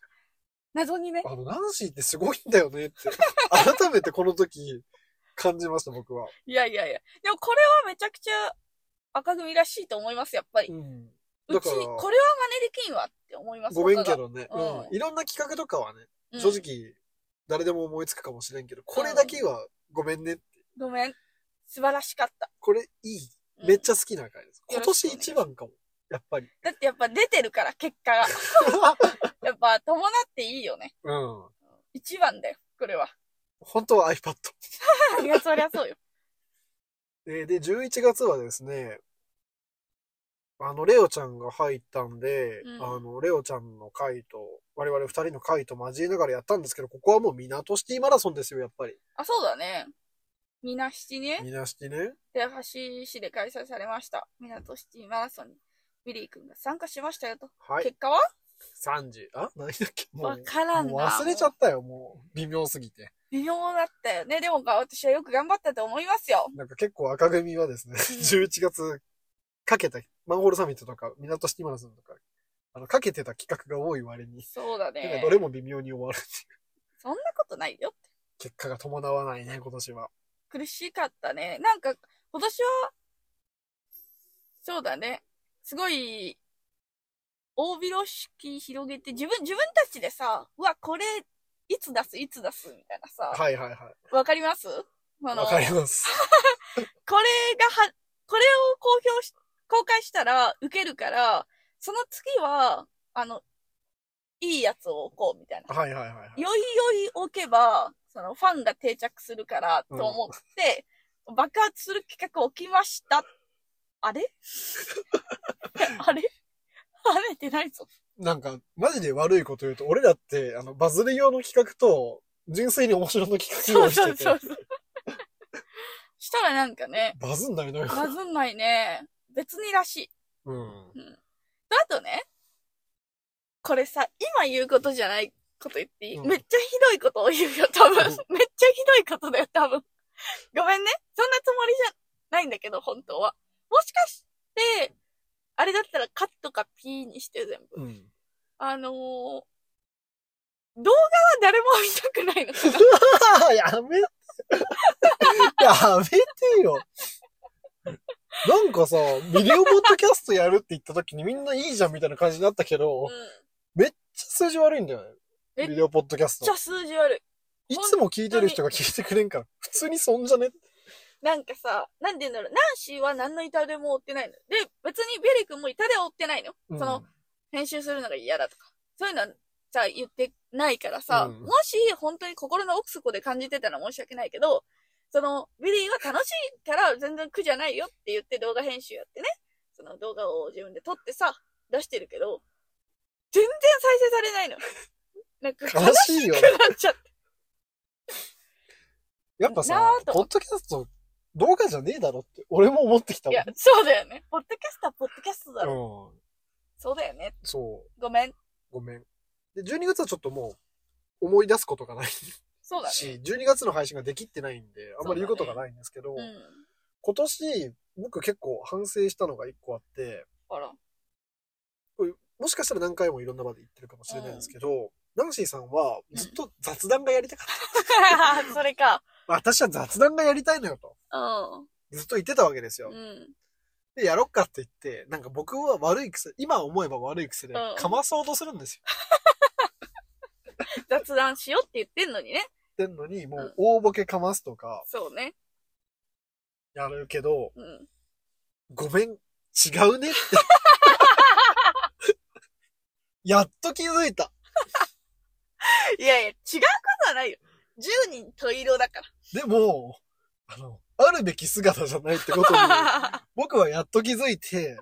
S1: 謎にね。
S2: あの、ナンシーってすごいんだよねって、
S1: [laughs]
S2: 改めてこの時感じました、僕は。
S1: いやいやいや。でもこれはめちゃくちゃ赤組らしいと思います、やっぱり。
S2: うん。
S1: う
S2: だ
S1: ち、
S2: から
S1: これは真似できんわって思います。
S2: ごめん
S1: 僕
S2: け
S1: が、
S2: どね。
S1: うん
S2: うん。いろんな企画とかはね、
S1: うん
S2: 正。直、誰でも思いつくかもしれんけど、これだけはごめんね。
S1: ごめん。素晴らしかった。
S2: これいい。
S1: うん
S2: めっちゃ好きな回です。
S1: よ
S2: 今
S1: ろし
S2: 年
S1: くお願いします
S2: 一番かも。やっぱり。
S1: だってやっぱ出てるから、結
S2: [laughs]
S1: 果が。やっぱ伴っていいよね。
S2: うん。
S1: 一番だよ、これは。
S2: 本当は iPad。
S1: いや、そりゃそうよ。
S2: えーで、11月はですね、あの、レオちゃんが入ったんで、
S1: うん
S2: あの、レオちゃんの回と、我々二人の回と交えながらやったんですけど、ここはもう港シティマラソンですよ、やっぱり。
S1: あ、そうだね。みなしちね。
S2: 港シティね。
S1: で、橋市で開催されました。みなとシティマラソンに、ビリー君が参加しましたよと。
S2: はい。
S1: 結果は
S2: 30、あ何だっけも
S1: わ
S2: う、
S1: からんな。
S2: もう忘れちゃったよ、もう。微妙すぎて。
S1: 微妙だったよね。でも、私はよく頑張ったと思いますよ。
S2: なんか結構赤組はですね、11月 [laughs] かけた、マンホールサミットとか、港シティマラソンとか、あの、かけてた企画が多い割に、
S1: そうだ
S2: なんか
S1: ね。
S2: どれも微妙に終わる。
S1: そんなことないよ。
S2: 結果が伴わないね、今年は。
S1: 苦しかったね。なんか、今年は、そうだね。すごい、大広式広げて、自分、自分たちでさ、うわ、これ、いつ出す、いつ出す、みたいなさ、
S2: はいはいはい。
S1: わかりますあの、
S2: わ
S1: こ
S2: か
S1: れ
S2: ります。
S1: がは、これを公表し、公開したら、受けるから、その次は、あの、いいやつを置こう、みたいな。
S2: はいはいはいはい。
S1: よいよい置けば、そのファンが定着するからと思って、爆発する企画起きました。あれ [laughs] あれ跳ねてないぞ。
S2: なんか、マジで悪いこと言うと、俺らって、あの、バズる用の企画と、純粋に面白の企画
S1: そ
S2: を
S1: う
S2: し
S1: そう
S2: てて
S1: そ、うそう。したらなんかね、
S2: バズんないのよ。
S1: バズんないね。別にらしい。
S2: うん。
S1: あとね、これさ、今言うことじゃないこと言っていい、
S2: うん
S1: めっちゃひどいことを言うよ、多 [laughs] 分。めっ
S2: うん
S1: ちゃひどいことだよ、多分。 [laughs] ごめんね。そんなつもりじゃないんだけど、本当は。もしかして、あれだったらカットかピーにして全部。
S2: うん。 [laughs]
S1: あのー、動画は誰も見たくないのか
S2: [laughs]
S1: な
S2: やめて。 [laughs] やめてよ。なんかさ、ビデオポッドキャストやるって言った時にみんないいじゃんみたいな感じになったけど、
S1: うん。
S2: めっちゃ数字悪いんだよ
S1: めっ
S2: ね。ビデオポッドキャス
S1: ち
S2: ト
S1: ょ、。数字悪い。
S2: いつも聞いてる人が聞いてくれんから、普通にそんじゃね
S1: なんかさ、なんて言うんだろう。ナンシーは何の痛手も負ってないの。で、別にベリ君も痛手は負ってないの。
S2: うん
S1: その、編集するのが嫌だとか、そういうのはさ、言ってないからさ、
S2: うん
S1: もし本当に心の奥底で感じてたら申し訳ないけど、その、ビリーは楽しいから全然苦じゃないよって言って動画編集やってね、その動画を自分で撮ってさ、出してるけど、全然再生され
S2: [laughs]
S1: ないの。なんか悲
S2: 悲
S1: し
S2: しいよね
S1: く。なっちゃって。
S2: やっぱ
S1: な
S2: さ
S1: あ、と
S2: ポッドキャスト動画じゃねえだろって、俺も思ってきた
S1: い
S2: もん
S1: や。、そうだよね。ポッドキャストはポッドキャストだろ。
S2: うん。
S1: そうだよね。
S2: そう。
S1: ごめん。
S2: ごめん。で、12月はちょっともう、思い出すことがない
S1: そうだね。
S2: し、12月の配信ができてないんで、あんまり言うことがないんですけど、
S1: うん。
S2: 今年、僕結構反省したのが一個あって、
S1: あら。
S2: もしかしたら何回もいろんな場で言ってるかもしれないんですけど、ナンシーさんはずっと雑談がやりたかっ
S1: [laughs]
S2: た。
S1: それか。
S2: 私は雑談がやりたいのよと、
S1: う
S2: ずっと言ってたわけですよ。
S1: ん。うん。
S2: で、やろっかって言って、なんか僕は悪い癖、今思えば悪い癖で
S1: うん、
S2: かまそうとするんですよ。
S1: 雑談しようって言ってんのにね。
S2: てんのに、もう大ボケかますとか
S1: そうね。
S2: やるけど、
S1: うん。
S2: ごめん、違う [laughs] ねって。やっと気づいた。
S1: いやいや、違うことはないよ。10人十色だか
S2: でも、あの、あるべき姿じゃないって [laughs] ことに、
S1: ら。
S2: 僕はやっと気づいて、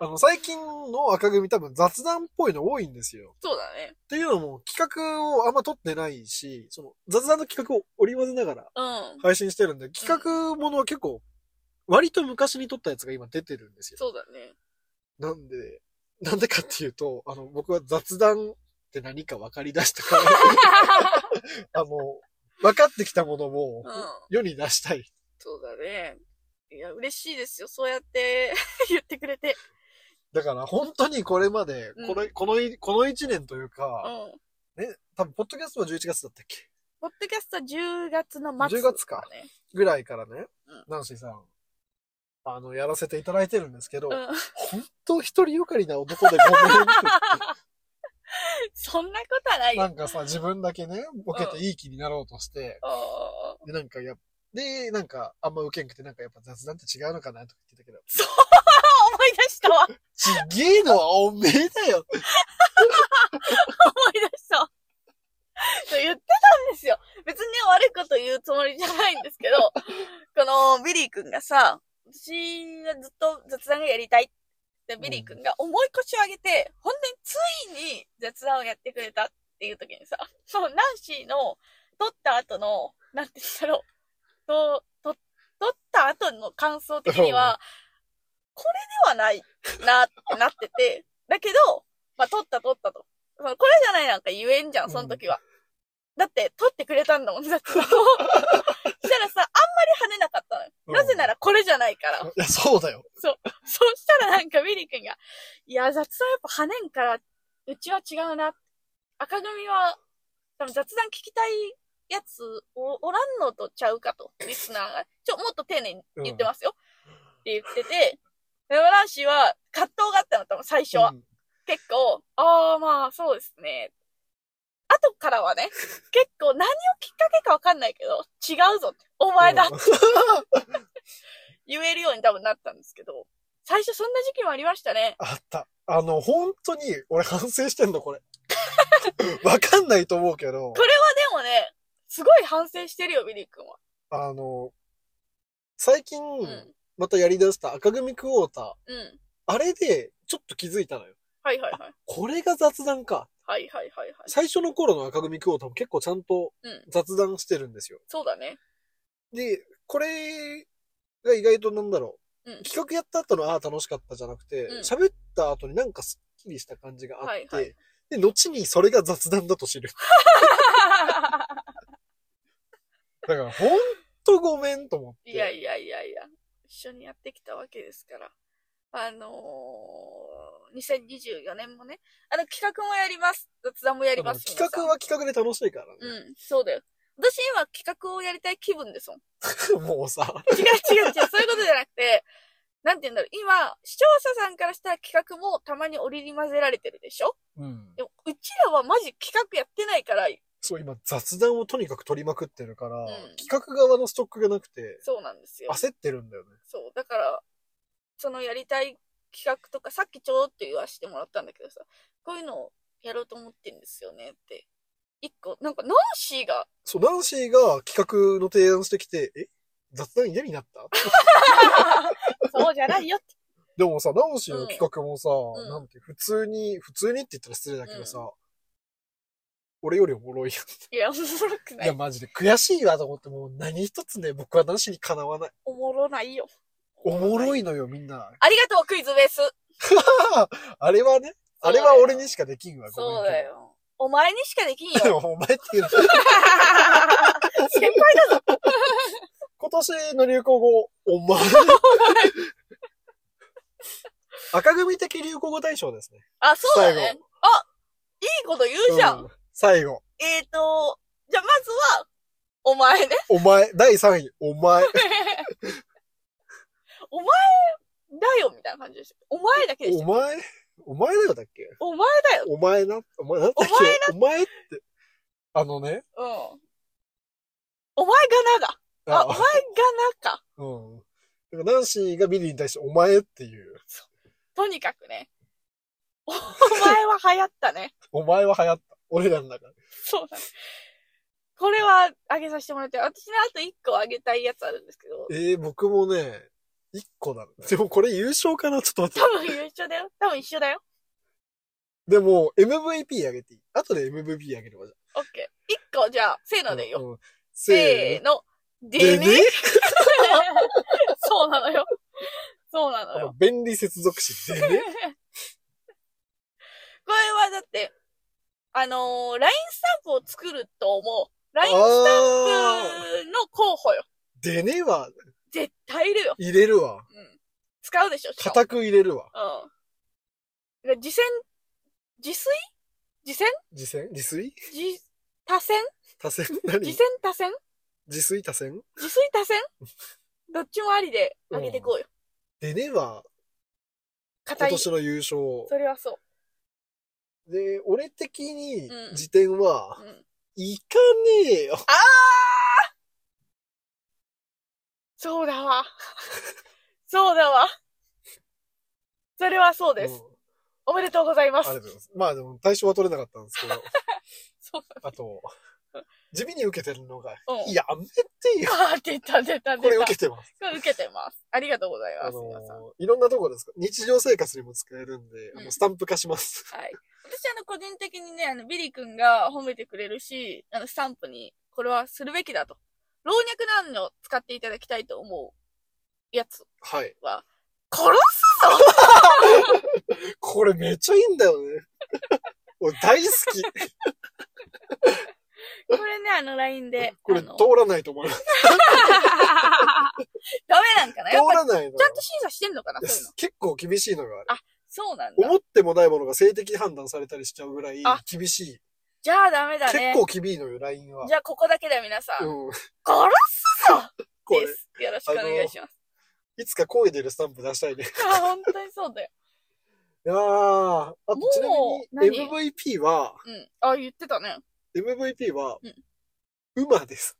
S2: あの、最近の赤組多分雑談っぽいの多いんですよ。
S1: [laughs] そうだね。
S2: っていうのも、企画をあんま撮ってないし、その、雑談の企画を織り交ぜながら
S1: うん。
S2: 配信してるんで、企画ものは結構、割と昔に撮ったやつが今出てるんですよ。
S1: そうだね。
S2: なんで、なんでかっていうと、あの、僕は雑談って何か分かり出した
S1: [laughs]
S2: から、あの、分かってきたものも
S1: うん。
S2: 世に出したい。
S1: そうだね。いや、嬉しいですよ。そうやって [laughs] 言ってくれて。
S2: だから本当にこれまで、
S1: うん
S2: この、このい、この一年という
S1: うん
S2: か、。ね、多分、ポッドキャストは11月だったっけ
S1: ポッドキャストは10月の末、
S2: 10月か。ぐらいからね
S1: うん、
S2: ナンシーさん、あの、やらせていただいてるんですけど、
S1: うん。
S2: 本当一人よかりな男でごめんっ
S1: そんなことはない [laughs]
S2: て、
S1: よ。
S2: なんかさ、自分だけね、ボケていい気になろうとして、
S1: あー
S2: で、なんかや、で、なんか、あんま受けんくて、なんかやっぱ雑談って違うのかなとか言ってたけど、
S1: 思い出したわ。思
S2: ちげえのはおめえだよ
S1: い出したわ。と言ってたんですよ。別にね悪いこと言うつもりじゃないんですけど、 [laughs] このビリー君がさ、私がずっと雑談がやりたいってビリー君が思い越しを上げて、本当についに雑談をやってくれたっていう時にさ、そのナンシーの撮った後の、なんて言うんだろう、と、と、撮った後の感想的には、これではないなってなってて、だけど、まあ、撮った撮ったと。まあこれじゃないなんか言えんじゃん、その時は。だって、撮ってくれたんだもん、雑談を。したらさ、あんまり跳ねなかったのよ。 [laughs] なぜならこれじゃないから。
S2: いや、そうだよ。
S1: そしたらなんかミリ君が、いや、雑談やっぱ跳ねんから、うちは違うな。赤組は、多分雑談聞きたいやつお、おらんのとちゃうかと、リスナーが。ちょ、もっと丁寧に言ってますよ。って言ってて、山梨は葛藤があったの、多分最初は。
S2: うん
S1: 結構、ああ、まあ、そうですね。後からはね、 [laughs] 結構何をきっかけかわかんないけど、違うぞって、お前だって [laughs] 言えるように多分なったんですけど、最初そんな時期もありましたね。
S2: あった。あの、本当に、俺反省してんの、これ。 [laughs] わかんないと思うけど
S1: こ、れはでもね、すごい反省してるよ、ビリー君は。
S2: あの、最近、
S1: うん。
S2: またやり出した赤組クォーター、
S1: うん。
S2: あれで、ちょっと気づいたのよ。
S1: はいはいはい。
S2: これが雑談か。
S1: はいはいはいはい。
S2: 最初の頃の赤組クォーターも結構ちゃんと
S1: うん
S2: 雑談してるんですよ。
S1: そうだね。
S2: で、これが意外となんだろ
S1: [laughs]
S2: う。
S1: うん
S2: 企画やった後のああ楽しかったじゃなくて
S1: うん、
S2: 喋、った後になんかスッキリした感じがあって、
S1: はいはい
S2: で、後にそれが雑談だと知る。 [laughs] だからほんとごめんと思って。
S1: いやいやいやいや、一緒にやってきたわけですから。あのー、2024年もね、あの企画もやります。雑談もやります。
S2: あの企画は企画で楽しいから
S1: 皆
S2: ね。
S1: さんうん、そうだよ。私今企画をやりたい気分ですもん。
S2: [laughs] もうさ、
S1: 違う違う違う、 [laughs] そういうことじゃなくて、なんて言うんだろう、今、視聴者さんからしたら企画もたまに織り交ぜられてるでしょ
S2: うん
S1: でも、うちらはマジ企画やってないから、
S2: そう今雑談をとにかく取りまくってるから、
S1: ん
S2: 企画側のストックがなくて、
S1: そうなんですよ。
S2: 焦ってるんだよね。
S1: そう、だから、そのやりたい企画とか、さっきちょろっと言わせてもらったんだけどさ、こういうのをやろうと思ってんですよねって。一個、なんか、ナンシーが、
S2: そう、ナンシーが企画の提案してきて、え雑談嫌になった
S1: [laughs] そうじゃないよって。
S2: でもさ、ナンシーの企画もさ、
S1: ん
S2: なんて、普通に、普通にって言ったら失礼だけどさ、俺よりおもろいや
S1: いや、おもろく
S2: ん。
S1: ない
S2: や、
S1: い。
S2: マジで悔しいわと思って、もう何一つね、僕はナンシーにかなわない。
S1: おもろないよ。
S2: おもろ
S1: い。
S2: いのよ、みんな。
S1: ありがとう、クイズベース。
S2: あれはね、あれは俺にしかできんわ、
S1: そうだ。よ。お前にしかできん
S2: ごめんけ
S1: よ。
S2: [laughs] どお前って言うの。
S1: [laughs] 先輩
S2: 今年の流行語、お前。赤組的流行語大賞ですね。
S1: あ、そうだ
S2: 最
S1: ね。あ、いいこと言うじゃん。
S2: うん最後、
S1: えーと、じゃあまずは、お前
S2: [laughs]
S1: ね。
S2: お前、第3位、お前。
S1: お前だよみたいな感じでした。お前だけでし
S2: お
S1: た。
S2: 前、お前だよだっけ
S1: お前だよ。
S2: お前な、お前なんだっけお前って。あのね。
S1: うん。お前がなだ。あ、お前がなか。
S2: うん。だからナンシーがビリーに対してお前っていう。
S1: とにかくね。お前は流行ったね。
S2: お前は流行った。俺らの中で。
S1: そうだね。これはあげさせてもらって、私のあと1個あげたいやつあるんですけど、
S2: ええ僕もね、一個だ。でもこれ優勝かなちょっと待って
S1: 多。分優勝だよ。多分一緒だよ。
S2: でも、MVP あげていい。後で MVP あげればじ
S1: オッケー。1個じゃあ、せー
S2: ゃん。
S1: のでよ。
S2: うん。
S1: せ
S2: せー
S1: ーの。
S2: の。
S1: で
S2: で
S1: ね
S2: ね
S1: [laughs] そうなのよ。そうなの
S2: あの
S1: よ。
S2: 便利接続詞。で
S1: これ
S2: ね
S1: はだって、あのー、LINE スタンプを作ると思う。LINE スタ
S2: あ
S1: ンプの候補よ。
S2: ー。でねは
S1: 絶対いるよ。
S2: 入れるわ。
S1: うん。使うでしょ、しかも
S2: 固く入れるわ。
S1: うん。自戦、自炊自戦
S2: 自戦自炊
S1: 自、多戦
S2: 多戦
S1: 自
S2: 何
S1: 戦多戦
S2: 自炊多戦
S1: 自炊多戦どっちもありで上げていこうよ。
S2: でねは
S1: 硬
S2: 今
S1: い。
S2: 年の優勝。
S1: それはそ
S2: で、俺的に
S1: うん
S2: 時点は
S1: う。、うん。
S2: いかねえよ。
S1: そうだわ。 [laughs] そうだわ。それはそうです。
S2: うん
S1: おめでとうございま
S2: ありが
S1: す。
S2: とうございます。まあでも、対象は取れなかったんですけ
S1: [laughs]
S2: ど、
S1: そう
S2: あと、地味に受けてるのが、
S1: うん
S2: やめてよ。
S1: あー、出た出た
S2: これ
S1: 出
S2: 受
S1: た。
S2: けてます。
S1: これ受けてます。ありがとうござい
S2: あ
S1: ます。皆さん。
S2: の、いろんなところですか日常生活にも使えるんで、あ
S1: う
S2: の
S1: ん
S2: スタンプ化します。
S1: はい。私、あの、個人的にね、あの、ビリ君が褒めてくれるし、あの、スタンプに、これはするべきだと。老若男女を使っていただきたいと思うやつ
S2: はい。
S1: は、殺す
S2: これめっちゃいいんだよ
S1: [laughs]
S2: ね。俺大好き。
S1: これね、あの、LINE で。
S2: これ
S1: あの
S2: 通らないと思いま
S1: [laughs]
S2: す。
S1: ダメなんかな
S2: 通
S1: やっぱり、
S2: らないのよ
S1: ちゃんと審査してんのかなそういうの。
S2: 結構厳しいのよ、あれ。
S1: そうなんだ。
S2: 思ってもないものが性的判断されたりしちゃうぐらい
S1: あ
S2: 厳しい。
S1: じゃあダメだ
S2: 結
S1: ね。
S2: 構厳しいのよ、LINE は
S1: じ。ゃあ、ここだけで皆さん、
S2: うん。
S1: 殺
S2: こ
S1: すです。よ
S2: れ、
S1: ろしくお願いします。
S2: いつか声出るスタンプ出したいね。
S1: あ、本当にそうだよ。
S2: いやーあと
S1: もう
S2: ちなみに MVP は、
S1: うん。あ、言ってたね。
S2: MVP は
S1: うん、
S2: 馬です。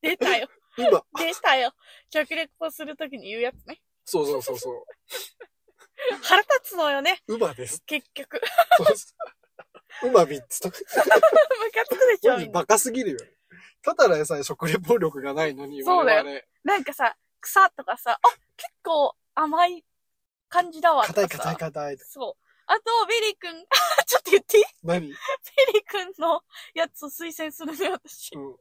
S1: 出たよ。
S2: 馬。
S1: 出たよ。脚力をするときに言うやつね。
S2: そうそうそうそ
S1: 腹立つのよね、
S2: う。馬です。
S1: 結局。 [laughs]
S2: そうそう馬びっつと。
S1: ムカつくでしょ、みんな。
S2: バカすぎるよね。ただでさえ食レポ力がないのに、
S1: そうだよ
S2: よ。
S1: なんかさ、草とかさ、あ、結構甘い感じだわとか
S2: 硬
S1: さ。
S2: い硬い硬い。
S1: そう。あと、ビリー君、 [laughs] あちょっと言っていい
S2: 何
S1: ビリー君のやつを推薦するね、私。
S2: うん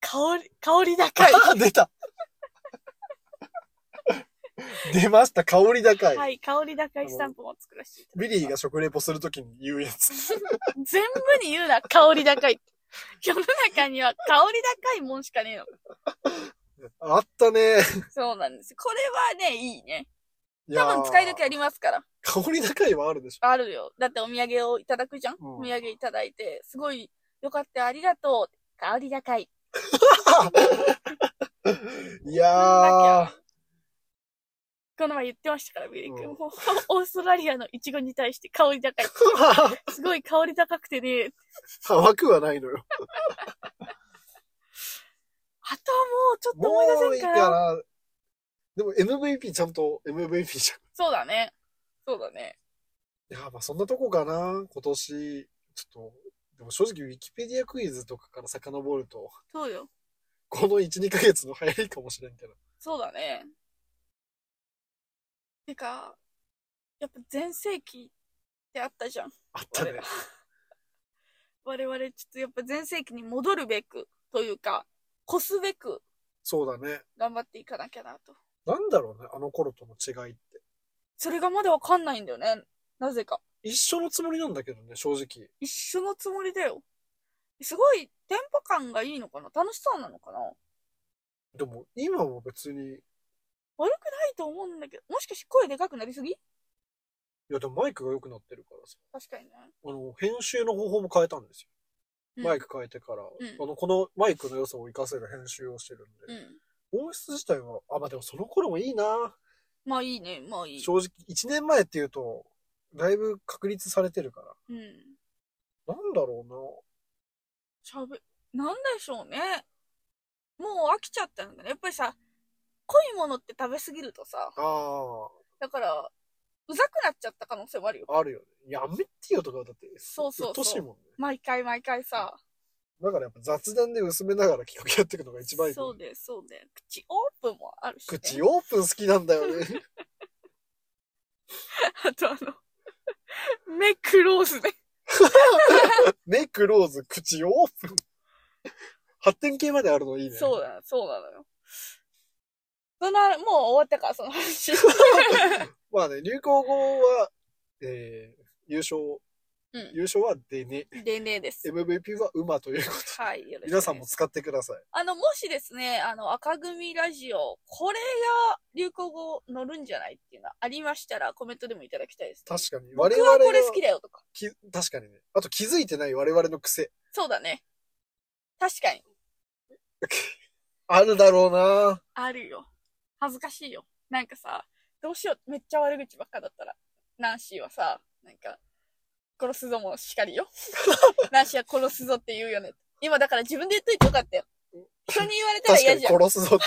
S1: 香り、香り高い。
S2: あ出た出ました、香り高い。
S1: はい、香り高いスタンプも作らせていただ
S2: ビ
S1: き
S2: リ
S1: ます
S2: ーが食レポするときに言うやつ。
S1: 全部に言うな、香り高いって。世の中には香り高いもんしかねえの。
S2: あったね。
S1: そうなんです。これはね、いいね。
S2: いや
S1: 多
S2: ー
S1: 分使い時ありますから。
S2: 香り高いはあるでしょ。
S1: あるよ。だってお土産をいただくじゃん、
S2: うん
S1: お土産いただいて、すごい、よかった、ありがとう。香り高い。
S2: いやー。
S1: この前言ってましたから、ビリー君。
S2: うん
S1: もう [laughs] オーストラリアのイチゴに対して香り高い。すごい香り高くてね。
S2: 甘くはないのよ。
S1: あとはもうちょっと
S2: も
S1: 思い出
S2: うい
S1: せ
S2: い
S1: んか。
S2: からな。でも MVP ちゃんと MVP じ
S1: そうだね。そうだね。
S2: ゃん。いや、まあそんなとこかな。今年、ちょっと、でも正直ウィキペディアクイズとかから遡ると、
S1: そうよ。
S2: この1、2ヶ月の流行りかもしれんけど。
S1: そうだね。てか、やっぱ全盛期ってあったじゃん。
S2: あった
S1: 我
S2: ね
S1: ら。我々ちょっとやっぱ全盛期に戻るべくというか、越すべく
S2: そうだね。
S1: 頑張っていかなきゃなと。
S2: なんだろうね、あの頃との違いって。
S1: それがまだわかんないんだよね。なぜか。
S2: 一緒のつもりなんだけどね、正直。
S1: 一緒のつもりだよ。すごいテンポ感がいいのかな楽しそうなのかな
S2: でも、今も別に、い
S1: 悪くないと思うんだけど、もしかして声でかくなりすぎ
S2: や、でもマイクが良くなってるからさ。
S1: 確かにね。
S2: あの、編集の方法も変えたんですよ。
S1: うん
S2: マイク変えてから、
S1: ん
S2: あの、このマイクの良さを活かせる編集をしてるん
S1: う
S2: で、
S1: ん。
S2: 音質自体は、あ、まあでもその頃もいいな
S1: まあいいね。まあいい。
S2: 正直、1年前っていうと、だいぶ確立されてるか
S1: うん。
S2: ら。なんだろう
S1: しゃべ、なんでしょうね。もう飽きちゃったんだね。やっぱりさ、濃いものって食べ過ぎるとさ、
S2: な。あ
S1: だから、うざくなっちゃった可能性もあるよ。
S2: あ、あるよね。やめてよとかだって、
S1: そうそうそう
S2: っとしいもんね。
S1: 毎回毎回さ。
S2: だからやっぱ雑談で薄めながら企画やっていくのが一番いいと
S1: そ
S2: 思う。
S1: うで、そうで。口オープンもあるし、ね。
S2: 口
S1: オ
S2: オープン好きなんだよね。
S1: [laughs] あとあの、目クローズね。
S2: 目クローズ、口オープン。発展系まであるのいいね。
S1: そうだ、そうなのよ。そんな、もう終わったから、その [laughs] 話。
S2: まあね、流行語は、えー、優勝、
S1: うん
S2: 優勝はでね。
S1: でねです。
S2: MVP は馬ということで。
S1: はい、よろしくお願いします
S2: 皆さんも使ってください。
S1: あの、もしですね、あの、赤組ラジオ、これが流行語乗るんじゃないっていうのはありましたらコメントでもいただきたいです。
S2: 確かに。
S1: 僕はこれ好き
S2: だ。
S1: だよとか。
S2: き確かにね。あと気づいてない我々の癖。
S1: そうだね。確かに。
S2: あるだろうな
S1: あるよ。恥ずかしいよ。なんかさ、どうしよう。めっちゃ悪口ばっかだったら。ナンシーはさ、なんか、殺すぞも叱りよ。 [laughs] ナンシーは殺すぞって言うよね。今だから自分で言っといてよかったよ。人に言われたら
S2: 確か
S1: 嫌
S2: に
S1: じゃん。
S2: 殺すぞって。